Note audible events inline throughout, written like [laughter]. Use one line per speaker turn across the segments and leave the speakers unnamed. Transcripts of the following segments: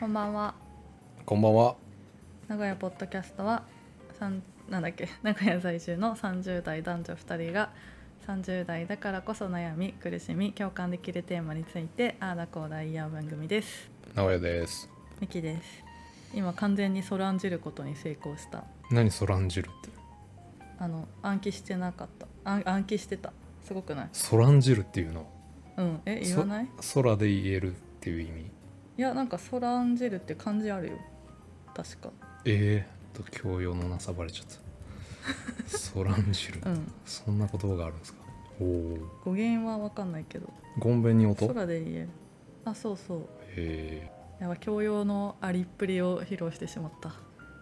こんばんは。
こんばんは。
名古屋ポッドキャストは三なんだっけ名古屋在住の30代男女2人が30代だからこそ悩み苦しみ共感できるテーマについてあーだこうだ言い合う番組です。
名古屋です。
ミキです。今完全にそらんじることに成功した。
何ソランジルって。
あの暗記してなかった。暗暗記してた。すごくない。
ソランジルっていうの。
うん。え言わない？
そ空で言えるっていう意味。
いやなんかそらんじるって漢字あるよ。確か。
ええと教養のなさばれちゃ [laughs] った。ソランジル。
うん。
そんな言葉があるんですか。おお。
語源はわかんないけど。
ごんべんに音。へ
空で言える。あそうそう。
え。
やばい教養のありっぷりを披露してしまった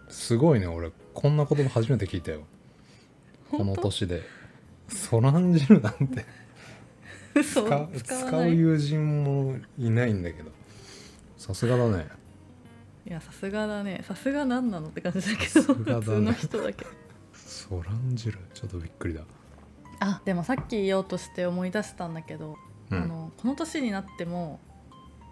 すごいね。俺こんな言葉初めて聞いたよ。この
本当
年で。ソランジルなんて
嘘
使う
使わ
使
な
う
いい
友人もいないんだけど。さすがだね。
やさすがだねさすが何なのって感じだけ
さ
ど、
すがだね
普通の人だけ
ソランジルちょっとびっくりだ。
あでもさっき言おうとして思い出したんだけど、
うん
あのこの年になっても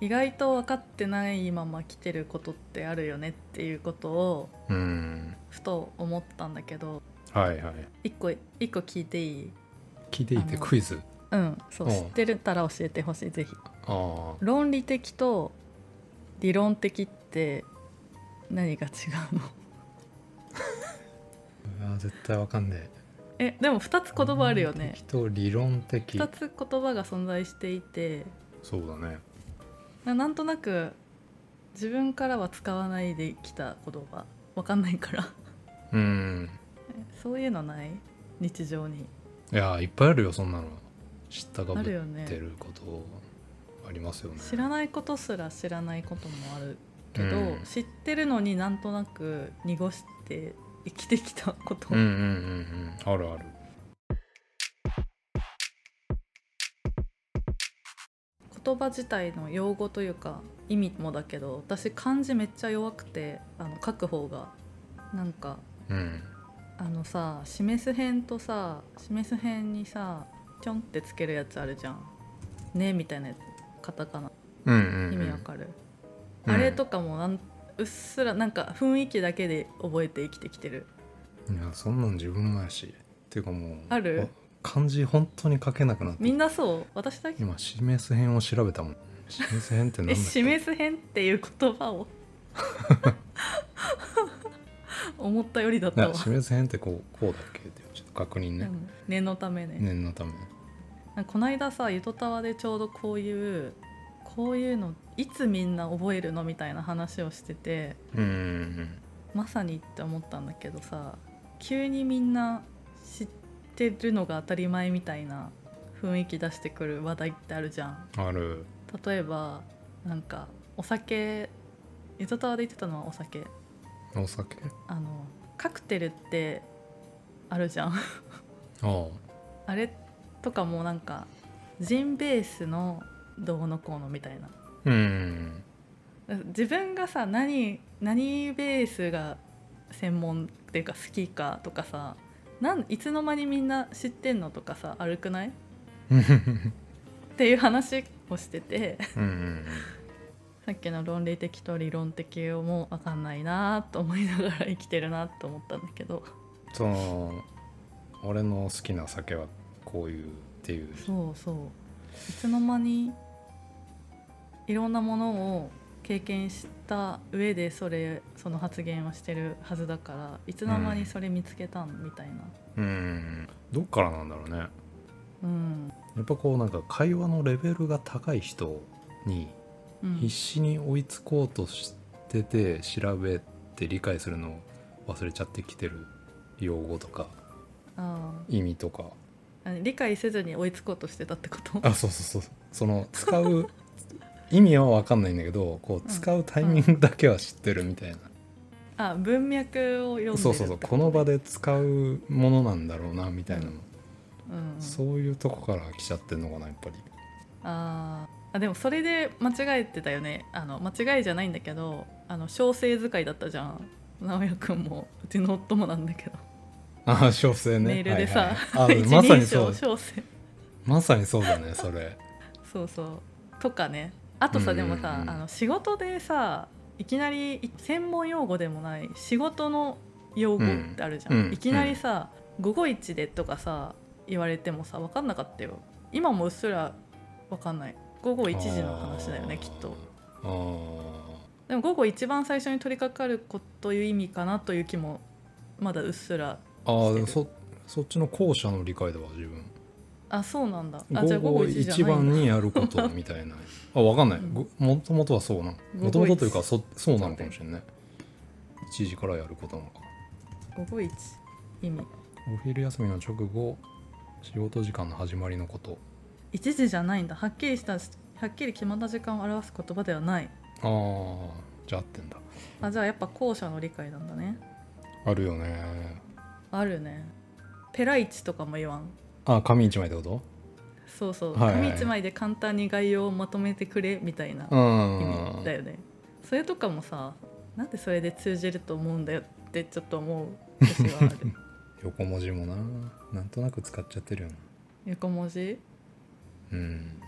意外と分かってないまま来てることってあるよねっていうことを
うん。
ふと思ったんだけど
はいはい。
一個一個聞いていい
聞いていて
あの
クイズ。
うんそう
うん
知ってるたら教えてほしいぜひ
ああ。
論理的と理論的って何が違うの
絶対わかんね
えでも2つ
え。
言葉あるよね
と理論的
2。つ言葉が存在していて
そうだね。
ななんとなく自分からは使わないできた言葉わかんないから [laughs]
うん。
そういうのない日常に
いやーいっぱいあるよそんなの。知ったかぶ
ある
って
よね
ることありますよね。
知らないことすら知らないこともあるけど、
うん
知ってるのになんとなく濁して生きてきたこと、
うんうんうんうん。あるある。
言葉自体の用語というか意味もだけど私漢字めっちゃ弱くてあの書く方がなんか
うん。
あのさ示す辺とさ示す辺にさちょんってつけるやつあるじゃん「ね」みたいなやつカタカナ
うんうん、うん。
意味わかる、
うん
あれとかもなんうっすらなんか雰囲気だけで覚えて生きてきてる
いやそんなん自分もやし。っていうかもう。
ある
あ漢字本当に書けなくなってきた
みんなそう私だけ
今示す辺を調べたもん。示す辺ってなん
[laughs]
だ
え
っけ
示す辺っていう言葉を [laughs] 思ったよりだった
な
わ、
示す辺ってこうこうだっけってちょっと確認
う
ね。
ん念のためね
念のため。
なんかこの間さ「ゆとたわ」でちょうどこういうこういうのいつみんな覚えるのみたいな話をしてて
うんうんうん。
まさにって思ったんだけどさ急にみんな知ってるのが当たり前みたいな雰囲気出してくる話題ってあるじゃん。
ある
例えばなんかお酒ゆとたわで言ってたのはお酒
お酒
あのカクテルってあるじゃん。
ああ
あれとかもなんかジンベースのどうのこうのみたいな
うん
自分がさ何何ベースが専門っていうか好きかとかさなんいつの間にみんな知ってんのとかさ悪くないっていう話をしてて
うんうん
さっきの論理的と理論的をも分かんないなと思いながら生きてるなと思ったんだけど
その俺の好きな酒はこういうっていう
そうそういつの間にいろんなものを経験した上でそれその発言をしてるはずだからいつの間にそれ見つけたんみたいな。
うんどっからなんだろうねや
うん
っぱこうなんか会話のレベルが高い人に
うん
必死に追いつこうとしてて調べて理解するのを忘れちゃってきてる用語とか
あ
意味とか
あ理解せずに追いつこうとしてたってこと
あそうそうそうその使う意味は分かんないんだけどこう使うタイミングだけは知ってるみたいな
あ文脈を読んでるって
そうそうそうこの場で使うものなんだろうなみたいなの、
うんうん
そういうとこから来ちゃってんのかなやっぱり
あーあでもそれで間違えてたよねあの間違いじゃないんだけどあの小生使いだったじゃん直哉くんもうちの夫もなんだけど、
ああ小生ね
メールでさ、
はいはいはいあ
[laughs] 一
まさ
人
にそ
称
う
小生
まさにそうだねそれ
そうそうとかねあとさ、
うん
で
うんうん
もさあの仕事でさいきなりい専門用語でもない仕事の用語ってあるじゃん、
うんうん
いきなりさ「午後一で」とかさ言われてもさ分かんなかったよ今もうっすら分かんない午後1時の話だよねきっと
あー
でも午後一番最初に取り掛かるこという意味かなという気もまだうっすら
あ
し
ー
て
で
る
もそそっちの後者の理解だわ自分
あそうなんだあじゃ
午
あ午後
後
1時
一
じゃない
番
んだ
にやることみた
[laughs]
いなあわかんない
うん
ごもともとはそうな
午後
もと
一
もとというかそそうなのかもしれない1時からやることなのか
午後一意味
お昼休みの直後仕事時間の始まりのこと
1時じゃないんだはっきりしたはっきり決まった時間を表す言葉ではない
ああじゃあ合ってんだ
あじゃあやっぱ後者の理解なんだね
あるよね
あるねペライチとかも言わん
あ紙一枚ってこと
そうそう、
はいはい
紙一枚で簡単に概要をまとめてくれみたいな
う
意
ん
味だよねそれとかもさなんでそれで通じると思うんだよってちょっと思う私は
[laughs]
ある
横文字もななんとなく使っちゃってるよな
横文字
うん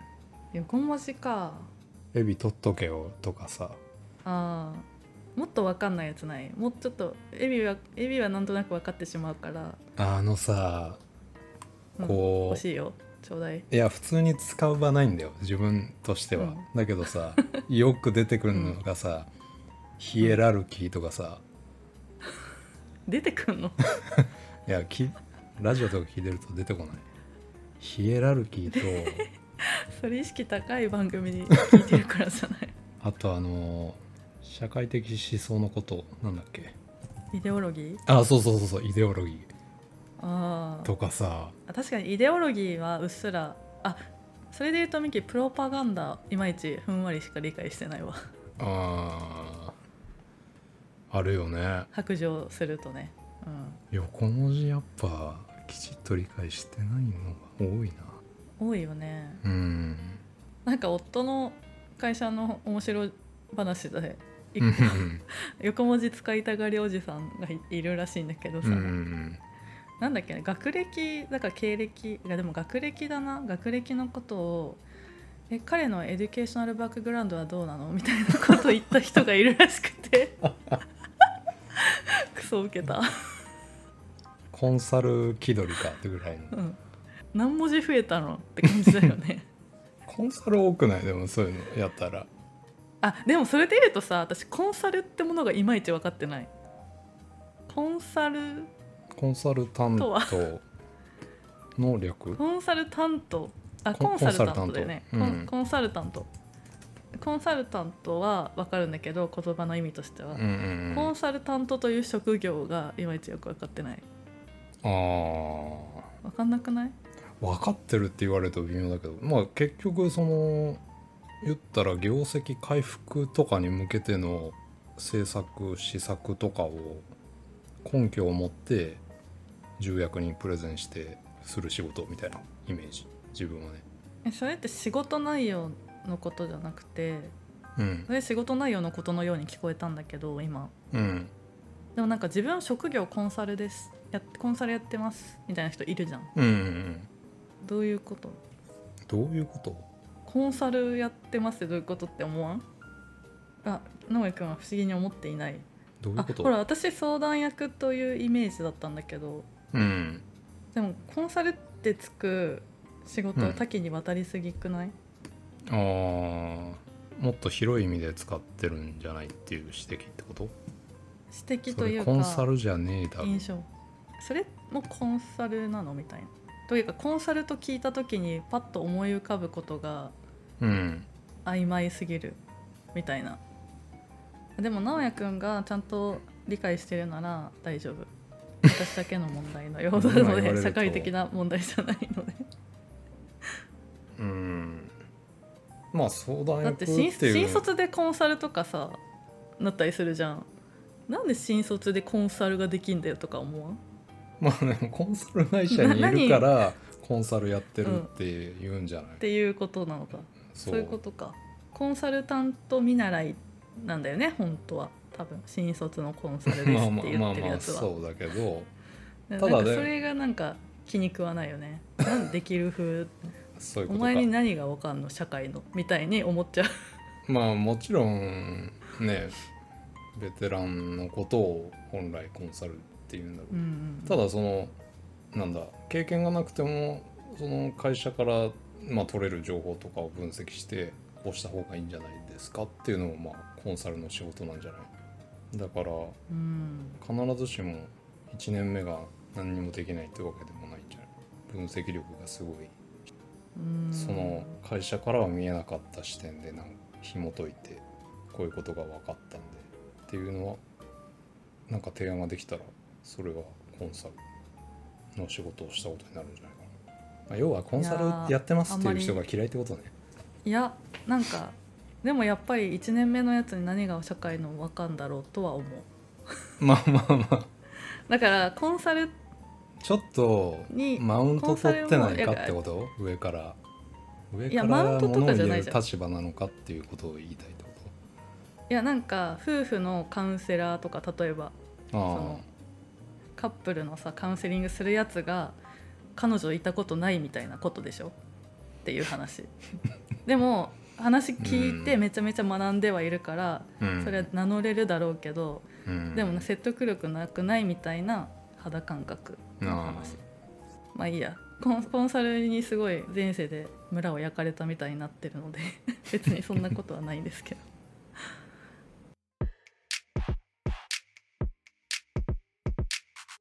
横文字か
エビ取っとけよとかさ
あーもっと分かんないやつないもうちょっとエビはエビはなんとなく分かってしまうから、
あのさ
うん
こ
欲
う、
しいよちょうだい
いや普通に使う場ないんだよ自分としては、
うん
だけど [laughs] さよく出てくるのがさ、ヒエラルキーとかさ
出てくんの [laughs]
いやきラジオとか聞いてると出てこないヒエラルキーと [laughs]
それ意識高い番組に聞いてるからじゃない
あとあの社会的思想のことなんだっけ
[laughs] イデオロギー
あそうそうそうそうイデオロギ
あ
ー
ー
とかさ
あ確かにイデオロギーはうっすらあそれで言うとミキプロパガンダいまいちふんわりしか理解してないわ [laughs]
あーあるよね
白状するとね
横文字やっぱきちっと理解してないのが多いな
うん多いよね
うん
なんか夫の会社の面白い話でい
うん
横文字使いたがりおじさんがいいるらしいんだけどさ、
うん
なんだっけね学歴だから経歴いやでも学歴だな学歴のことを「え彼のエデュケーショナルバックグラウンドはどうなの?」みたいなことを言った人がいるらしくて [laughs] クソ受けた、
コンサル気取りかってぐらいの
うん、何文字増えたのって感じだよね
コンサル多くないでもそういうのやったら
あでもそれで言うとさ私コンサルってものがいまいち分かってないコンサル
コンサルタン
と
トの略
コンサルタントあ
コ
コ
ン
ンサルタントだよね
コ
コ
ンサルタントう
ン
ん
コンサルタントコンサルタントは分かるんだけど言葉の意味としては、
うんうんう
コ
ん
ンサルタントという職業がいまいちよく分かってない
あ
分かんなくない
あ分かってるって言われると微妙だけどまあ結局その言ったら業績回復とかに向けての政策施策とかを根拠を持って重役にプレゼンしてする仕事みたいなイメージ自分はね
えそれって仕事内容のことじゃなくて
うん
それ仕事内容のことのように聞こえたんだけど今
うん
でもなんか自分職業コンサルですやっコンサルやってますみたいな人いるじゃん
うんうんうん
どういうこと
どういうこと
コンサルやってますってどういうことって思わんあ野上君は不思議に思っていない
どういう
あ
こと
ほら私相談役というイメージだったんだけど
うん
でもコンサルってつく仕事
うん
は多岐にわたりすぎくない、
あーもっと広い意味で使ってるんじゃないっていう指摘ってこと
指摘
そ
とい
れ
う
コンサ
か
ルじゃねえだろ
印象それもコンサルなのみたいなというかコンサルと聞いた時にパッと思い浮かぶことが
うん
曖昧すぎるみたいなでも直哉くんがちゃんと理解してるなら大丈夫私だけの問題のような
[laughs] 今言わ
の
れる
で
と
社会的な問題じゃない
[laughs]
ので
うんまあ相談
だ
役
っ
って
て
いう
新新卒でコンサルとかさなったりするじゃんなんで新卒でコンサルができんだよとか思わん
まあでもコンサル会社にいるからコンサルやってるって言うんじゃない、
っていうことなのかそういうことかコンサルタント見習いなんだよね本当は多分新卒のコンサルで
ますあ
っ
まあ
て
ま
言っ
あ
てる
ま
や
あ
つは、
そうだけど
なん
ただ
か
ね
それがなんか気に食わないよねなんでできる風
[laughs] そういう
お
ことか
前に何がわかんの社会のみたいに思っちゃう
まあもちろんねベテランのことを本来コンサルっていうんだ [laughs] ろう
うんうん
ただそのなんだ経験がなくてもその会社から、まあ、取れる情報とかを分析してこうした方がいいんじゃないですかっていうのも、まあ、コンサルの仕事なんじゃないだから
うん
必ずしも1年目が何にもできないってわけでもないんじゃない分析力がすごい
うん
その会社からは見えなかった視点でなんか紐解いてこういうことが分かったんでっていうのはなんか提案ができたらそれはコンサルの仕事をしたことになるんじゃないかな、まあ、要はコンサ
いやー
ルやってます
あ
って
んま
いう
り
人が嫌いってことね
いやなんかでもやっぱり1年目のやつに何が社会の分かんだろうとは思う
まあまあまあ
だからコンサル
ちょっと
に
マウント取ってないかってこと上から上
い
か
や
ら
マウントと
物を
かじゃ
言
な
え
い
る
じゃん
立場なのかっていうことを言いたいってこ
いやなんか夫婦のカウンセラーとか例えば
と
そのカップルのさカウンセリングするやつが彼女いたことないみたいなことでしょっていう
[laughs]
話でも話聞いて
うん
めちゃめちゃ学んではいるから、
あー、うん
それは名乗れるだろうけど、
うん
でもね説得力なくないみたいな肌感覚の話まあいいやコンコンサルにすごい前世で村を焼かれたみたいになってるので [laughs] 別にそんなことはないんですけど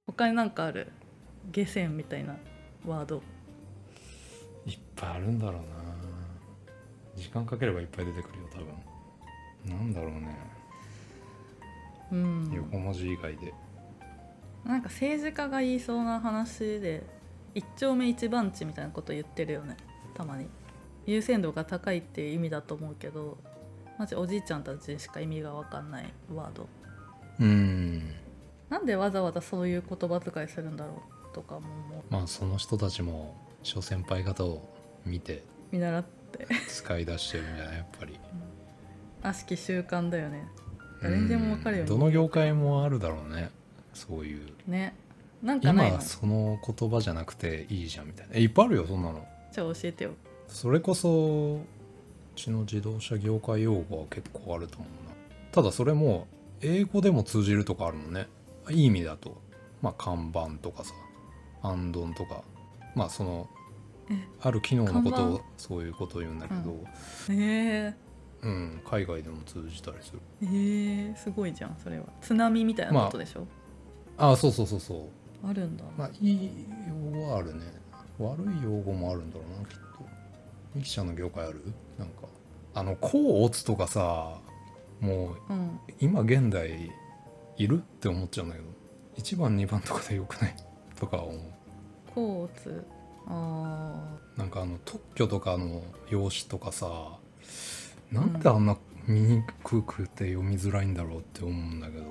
他になんかある下船みたいなワード
いっぱいあるんだろうな時間かければいっぱい出てくるよ多分なんだろうね、
うん
横文字以外で
なんか政治家が言いそうな話で一丁目一番地みたいなこと言ってるよねたまに優先度が高いっていう意味だと思うけどマジおじいちゃんたちにしか意味が分かんないワード
うん
なんでわざわざそういう言葉遣いするんだろうとかももう
まあその人たちも諸先輩方を見て
見習って [laughs]
使い出してるんじゃないやっぱり
悪しき習慣だよね誰にでも分かるよ
うん
う
ど
に
の業界もあるだろうねそういう
ねなんかないの
今その言葉じゃなくていいじゃんみたいなえいっぱいあるよそんなの
じゃあ教えてよ
それこそうちの自動車業界用語は結構あると思うなただそれも英語でも通じるとかあるもんねいい意味だとまあ看板とかさアンドンとかまあその
え
ある機能のこと
看
をそういうことを言うんだけど、
え
うん海外でも通じたりする
ー、えー、すごいじゃんそれは津波みたいなことでしょ、
ああそうそうそうそう
あ、るんだ、
まあいい用語はあるね悪い用語もあるんだろうなきっとミキちゃんの業界あるなんかあの「こう打つ」とかさもう
うん
今現代いるって思っちゃうんだけど1番2番とかでよくないとか思う
コーツあ
なんかあの特許とかの用紙とかさなんであんな見にくくて読みづらいんだろうって思うんだけど
ー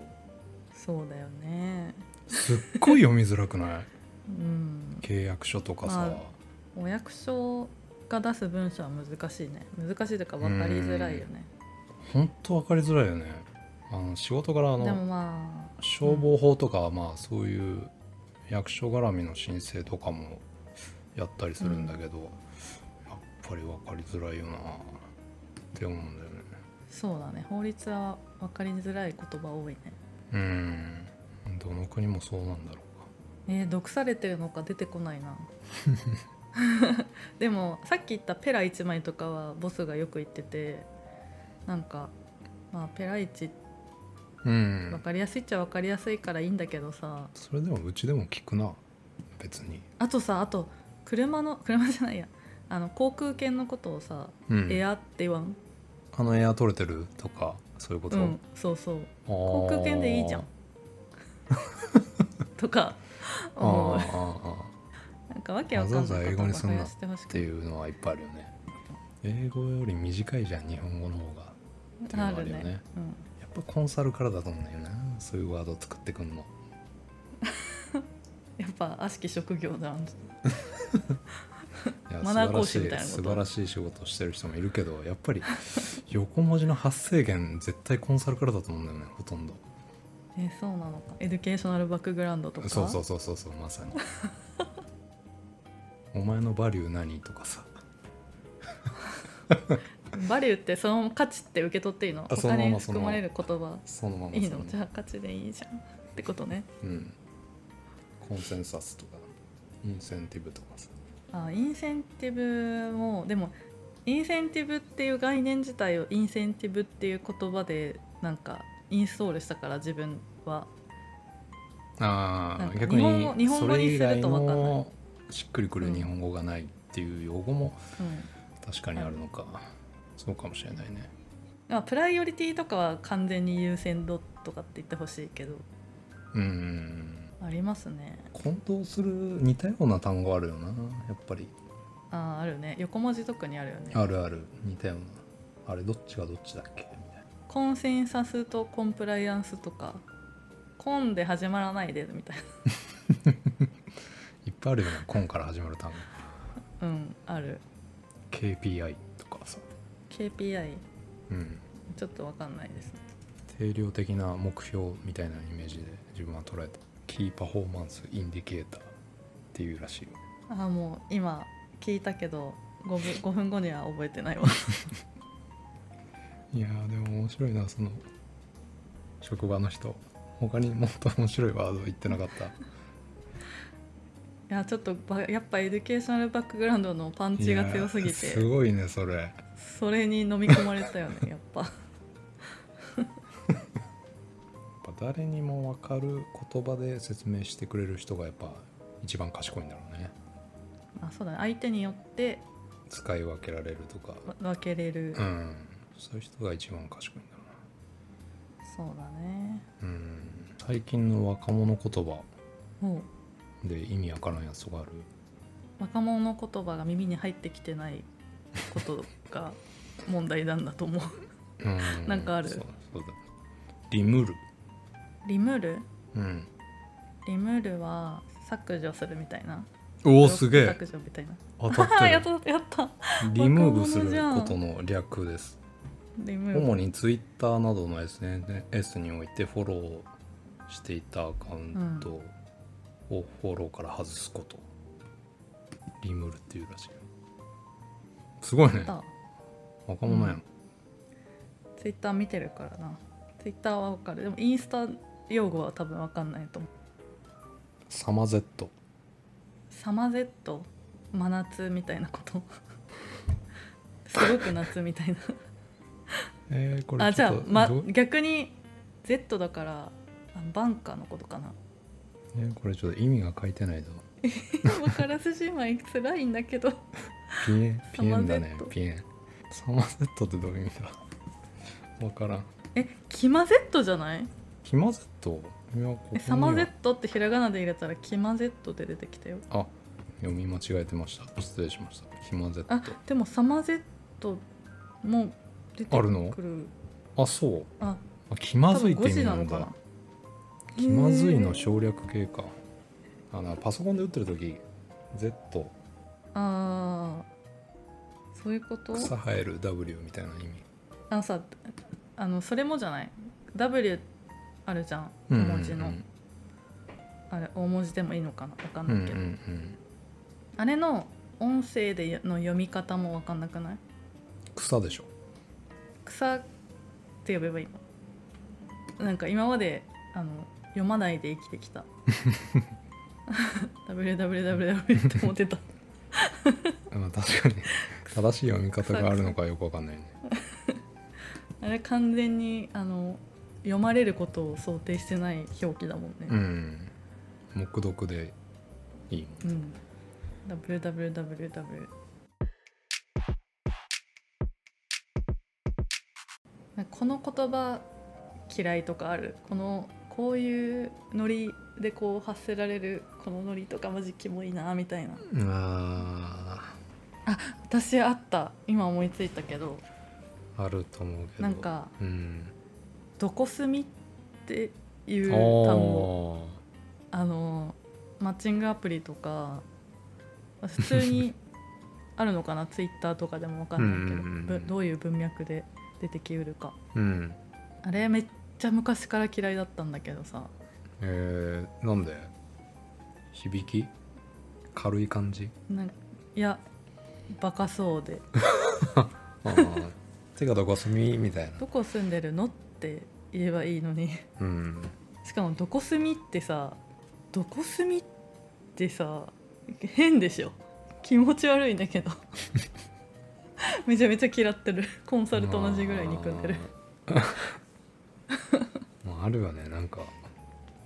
そうだよね
すっごい読みづらくない
うん
契約書とかさ、
[laughs] まお役所が出す文章は難しいね難しいというか分かりづらいよね
ほんと分かりづらいよねあの仕事からあ
でも
の
まあ
消防法とか、まあそういう役所絡みの申請とかもやったりするんだけど、やっぱり分かりづらいよなって思うんだよね
そうだね法律は分かりづらい言葉多いね
うんどの国もそうなんだろ
えー、毒されてるのか出てこない
[laughs]
なでもさっき言ったペラ1枚とかはボスがよく言っててなんか、まあ、ペラ1
うかう
分
ん
かりやすいっちゃ分かりやすいからいいんだけどさ
それでもうちでも聞くな別に、
あとさあと車の車じゃないやあの航空券のことをさ、
うん
エアって言わん、
あのエア取れてるとかそういうこ
う
と、
ん、そうそう航
航
空券でいいじゃんとか
あー
思
あ
う
ーあー
なんかわけわかん
わざわ
な
ざ
い
英
こと
語
ば
にすんな
増やしてほし
っ
く
ていうのはいっぱいあるよね英語より短いじゃん日本語の方がっていうの
な
はあ
る
るよね
ね、うん、
やっぱコンサルからだと思うんだよなそういうワード作ってくんの
やっぱ悪しき職業だない
や
マナー講師
素
み
晴
たいな
らし
こと
い素晴らしい仕事をしてる人もいるけどやっぱり横文字の発生源絶対コンサルからだと思うんだよねほとんど
えそうなのかエデュケーショナルバックグラウンドとか
そうそうそうそうそう
[laughs]
まさにお前のバリュー何とかさ
バリューってそのまま価値って受け取っていいの
あその
他
まま
に含
そのま
ま
ま
れる言葉
そのまま
いい
そ
の
まま
じゃあ価値でいいじゃんってことね
うん、コンセンサスとかインセンティブとかさ
あインセンティブもでもインセンティブっていう概念自体をインセンティブっていう言葉でなんかインストールしたから自分はな
あ
ん
あ
か
逆に
日本語日本語にするとわかんない
それ以外のしっくりくる日本語がないっていう用語も
うん
確かにあるのか、そうかもしれないね
まあプライオリティとかは完全に優先度とかって言ってほしいけど
うん
ありますね
混同する似たような単語あるよなやっぱり
あーあるね横文字特にあるよね
あるある似たようなあれどっちがどっちだっけみたいな
コンセンサスとコンプライアンスとかコンで始まらない [laughs] でみたい
いっぱいあるよな今から始まる単語
なうんある
KPI とかさ、
KPI
うん、
ちょっとわかんないですね
定量的な目標みたいなイメージで自分は捉えたキーパフォーマンスインディケーターっていうらしいよ
ああもう今聞いたけど 5, 分5分後には覚えてないわ [laughs]
いやーでも面白いなその職場の人他にもっと面白いワード言ってなかった
いやちょっとばやっぱエデュケーショナルバックグラウンドのパンチが強すぎ
いやーす
て
ごいねそれ
それに飲み込まれたよねやっぱ [laughs]
やっぱ誰にも分かる言葉で説明してくれる人がやっぱ一番賢いんだろうね
あそうだね相手によって
使い分けられるとか
わ分けれる、
うんそういう人が一番賢いんだろ
そうだね
うなうん最近の若者言葉
もう
で意味わからんやつとかある
若者の言葉が耳に入ってきてないことが問題なんだと思う
うん
なんかある
そうそうだリムル
[laughs] リムル
うん
リムルは削除するみたいな
おおすげえ
削除みたいな
当たっ
あ
て
[laughs] やっ
る
たやった
リムーブすることの略です
リムル
主にツイッターなどの SNS においてフォローしていたアカウントをフォローから外すこと、リムルっていうらしいよすごいね
だ
若者やん、
ツイッター見てるからなツイッターはわかるでもインスタ用語は多分わかんないと思う
サマゼット
サマゼット真夏みたいなこと
[laughs]
すごく夏みたいな
えー、これ
あじゃあ、ま
どう、
逆に Z だからあのバンカーのことかな
えーこれちょっと意味が書いてないぞ
わからずじまいつらいんだけど
ピエンピエンだね
サマゼット
ピエンサマゼットってどういう意味だ [laughs] わからん
えキマゼットじゃない
キマゼットいやここに
え
は
サマゼットってひらがなで入れたらキマゼットで出てきたよ
あ読み間違えてました失礼しましたキマゼッ
あ
ト
でもサマゼットも出てくる
あるのあそう
あ
あ気ま
多
ずい
分
って
5
意味
時な
なん
のかな
だ気まずい
へ
の
ー
省略系かあのパソコンで打ってる時 Z
あーそういうこと
草生える W みたいな意味
あのさあのそれもじゃない W あるじゃん
う
大
ん
文字の、あれ大文字でもいいのかなわかん
うんう
なんいけど、
うん
あれの音声での読み方もわかんなくない
草でしょ
草って呼べばいいのなんか今まであの読まないで生きてきた WWW って思ってた
あ確かに正しい読み方があるのかよくわかんないね
あれ完全にあの読まれることを想定してない表記だもん
う
ね、
ん黙読でいいも
う
ん
ん WWWW なんかこの言葉嫌いとかあるこのこういうノリでこう発せられるこのノリとかマジキモいなみたいな
あ
私あった今思いついたけど
ーあると思うけど
なんか
うん
「どこ住み」っていう
あ
単語
ー
あのマッチングアプリとか普通にあるのか
[laughs]
なツイッターとかでも分かんないけど、
うんうんうん
ぶどういう文脈で出てきうるか
うん
あれめっちゃ昔から嫌いだったんだけどさ
えー、なんで響き軽い感じ
なんいやバカそうで
ああてかどこ住みみたいな
どこ住んでるのって言えばいいのに
うん
しかも「どこ住み」ってさ「どこ住み」ってさ変でしょ気持ち悪いんだけど [laughs] めちゃめちゃ嫌ってるコンサルと同じぐらい憎んでる
まあまああるよねなんか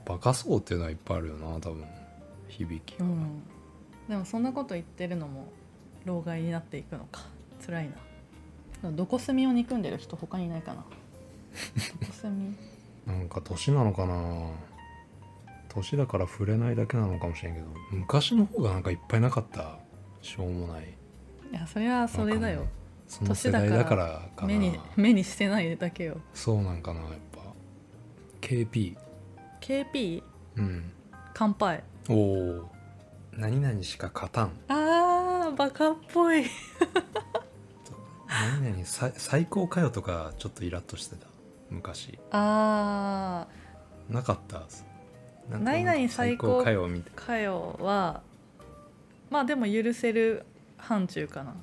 バカそうっていうのはいっぱいあるよな多分響き
う
が、
んでもそんなこと言ってるのも老害になっていくのか辛いなどこ住みを憎んでる人他にいないかなどこ住み
なんか年なのかな年だから触れないだけなのかもしれんけど昔の方がなんかいっぱいなかったしょうもない
[laughs] いやそれはそれだよ
なんかその世代だからかな
目に目にしてないだけよ
そうなんかなやっぱ KP
KP
うん
乾杯
おお何々しか勝たん
あーバカっぽい
何々さ最高かよとかちょっとイラッとしてた昔
あ
なかったなんか
何々最高
かよみたい
ーかよはまあでも許せる範疇かな
な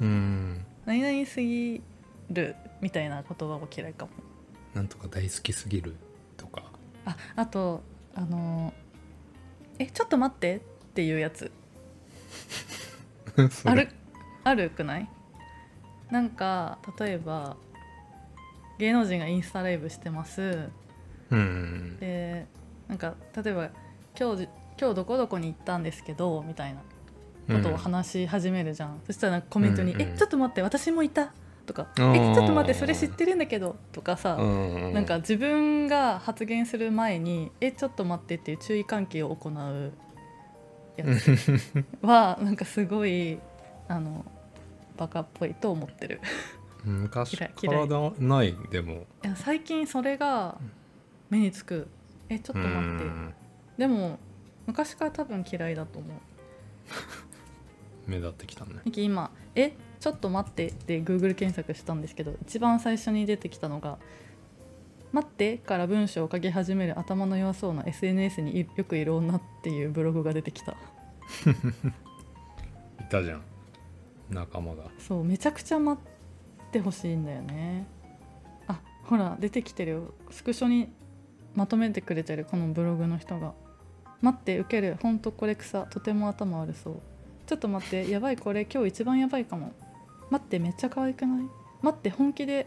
うん
何々すぎるみたいな言葉も嫌いかも
なんとか大好きすぎるとか
ああとあのーえちょっと待ってっていうやつあるあるくないなんか例えば芸能人がインスタライブしてます
うん
でなんか例えば今日じ今日どこどこに行ったんですけどみたいなことを話し始めるじゃん、そしたらなんかコメントに「
うんうん
えちょっと待って私もいた」とか「
あー
えちょっと待ってそれ知ってるんだけど」とかさ、
うん
なんか自分が発言する前に「えちょっと待って」っていう注意喚起を行うやつ
[laughs]
はなんかすごいあのバカっぽいと思って
[laughs]
る
昔
嫌
か
い
らだないでも
いや最近それが目につく「えちょっと待って」
うん
でも昔から多分嫌いだと思う
目立ってきたね
ミキ今「えちょっと待って」で Google 検索したんですけど一番最初に出てきたのが「待って」から文章を書き始める頭の弱そうな SNS にいよくいる女っていうブログが出てきた
いたじゃん仲間が
そうめちゃくちゃ待ってほしいんだよねあほら出てきてるよスクショにまとめてくれてるこのブログの人が「待ってウケるほんとこれ草とても頭悪そう」「ちょっと待ってやばいこれ今日一番やばいかも」「待ってめっちゃ可愛くない?」「待って本気で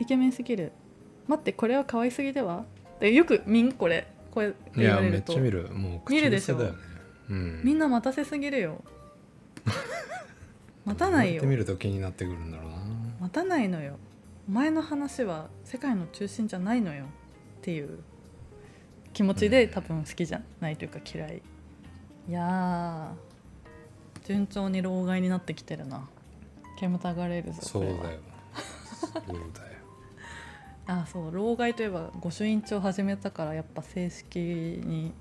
イケメンすぎる」「待ってこれは可愛すぎでは?」でよく見んこれこれ
い
言わ
や
れ
め
る
っ
と
ちゃ見るもう口
見るでしょ
癖だよねうん
みんな待たせすぎる
[laughs]
よ待たない
やっ
よ
てみると気になってくるんだろうな
待たないのよお前の話は世界の中心じゃないのよっていう気持ちで
うん
多分好きじゃないというか嫌いいやー順調に老害になってきてるな煙たがれるぞ
そうだ
こ
よ
れは
そうだよ
あそう老害といえば御朱印帳始めたからやっぱ正式に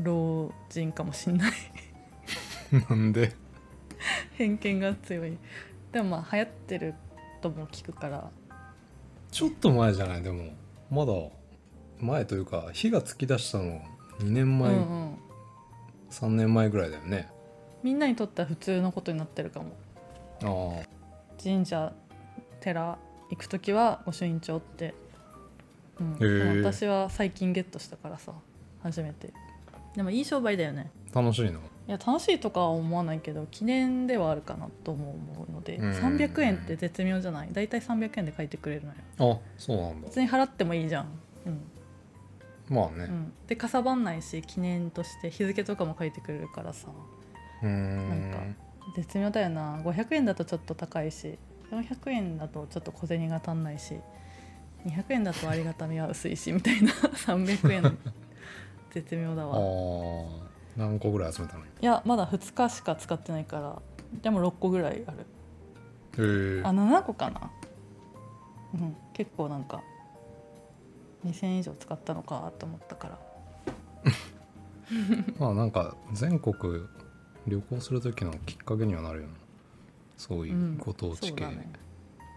老人かもしんない
なんで
偏見が強いでもまあ流行ってるとも聞くから
ちょっと前じゃないでもまだ前というか火が突き出したの2年
うんう
前、
ん
3年前ぐらいだよね
みんなにとっては普通のことになってるかも
ああ
神社寺行く時は御朱印帳って、うん
ー
私は最近ゲットしたからさ初めてでもいい商売だよね
楽しいの
いや楽しいとかは思わないけど記念ではあるかなとも思うので
うん
300円って絶妙じゃない大体300円で書いてくれるのよ
あそうなんだ
別に払ってもいいじゃんうん
まあ
う
ね
ん、でかさばんないし記念として日付とかも書いてくれるからさ
うー
なん
ん
絶妙だよな500円だとちょっと高いし400円だとちょっと小銭が足んないし200円だとありがたみは薄いしみたいな [laughs] 300円絶妙だ
あ
わ
あ何個ぐらい集めたのへ
いやまだ2日しか使ってないからでも6個ぐらいある
え
あ7個かなうん結構なんか2000円以上使ったのかと思ったから
まあなんか全国旅行する時のきっかけにはなるよなそうい
うん
うご当
そ
地
う
系
だね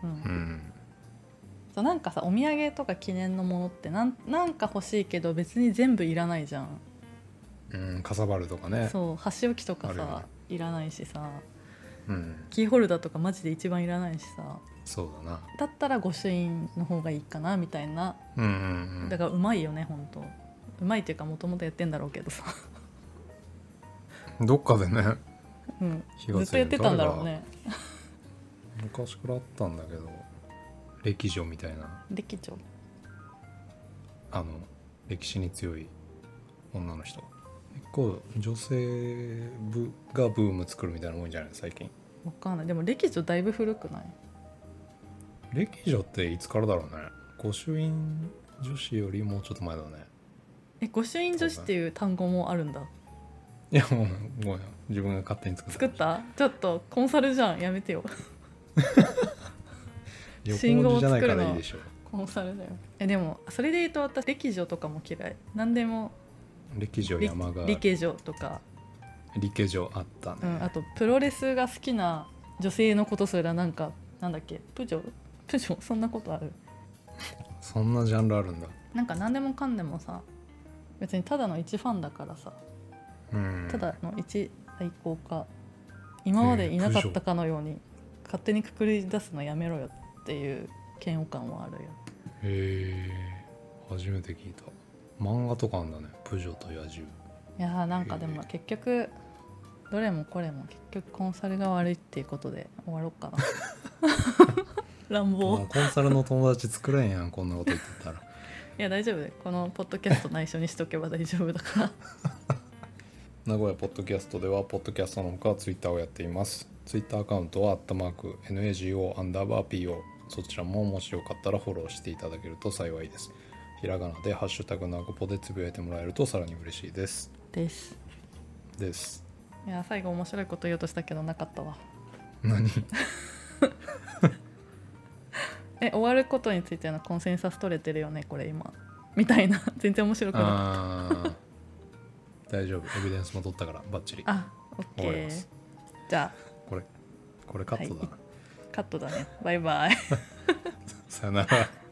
うん
うん
そうなんかさお土産とか記念のものってなんなんか欲しいけど別に全部いらないじゃん
うんかさばるとかね
そう箸置きとか
あるよ
さいらないしさ
うん
キーホルダーとかマジで一番いらないしさ
そうだな
だったら御朱印の方がいいかなみたいな
うんうんうん
だからうまいよねほんとうまいっていうかもともとやってんだろうけどさ、 [laughs]
どっかでね
うん、
火
ず
が
っ
つい
とやってたんだろうね
誰が昔からあったんだけど歴女みたいな
歴女
あの歴史に強い女の人結構女性部がブーム作るみたいなもんじゃない最近
わかんないでも歴女だいぶ古くない
歴女っていつからだろうね御朱印女子よりもうちょっと前だね
え御朱印女子っていう単語もあるんだ
いやもうごめん自分が勝手に作った
作ったちょっとコンサルじゃんやめ
[laughs]
てよ
横
信号
文
を
字じゃない
作
か
るの
らいいでしょ
コンサルだよえでもそれで言うと私歴女とかも嫌い何でも
歴女
り
山が
理系女とか、
力女あったね、
うん、あとプロレスが好きな女性のことすらなんかなんだっけプジョプジョそんなことある
そんなジャンルあるんだ
なんか何でもかんでもさ別にただの一ファンだからさ
うん
ただの一愛好家今までいなかったかのように勝手にくくり出すのやめろよっていう嫌悪感はあるよ
へえ初めて聞いた漫画とかあんだね「プジョと野獣
いやーなんかで
う
も
ん
結局どれもこれも結局コンサルが悪いっていうことで終わろうかな
[laughs]
乱」暴
もうコンサルの友達作れんやんこんなこと言ってたら [laughs]
いや大丈夫だよこのポッドキャスト内緒にしとけば大丈夫だから
名古屋ポッドキャストではポッドキャストのほかツイッターをやっていますツイッターアカウントは「アットマーク #NAGO アンダーバー PO」そちらももしよかったらフォローしていただけると幸いですひらがなで「ハッシュタグナゴポ」でつぶやいてもらえるとさらに嬉しいです
です
です
いや最後面白いこと言おうとしたけどなかったわ
何
[laughs] え終わることについてのコンセンサス取れてるよねこれ今みたいな全然面白くない
あー [laughs] 大丈夫エビデンスも取ったからバッチリ
あオッケ
終わり
ー
ます
じゃ
これこれカットだな、
あカットだねバイバイ
さよなら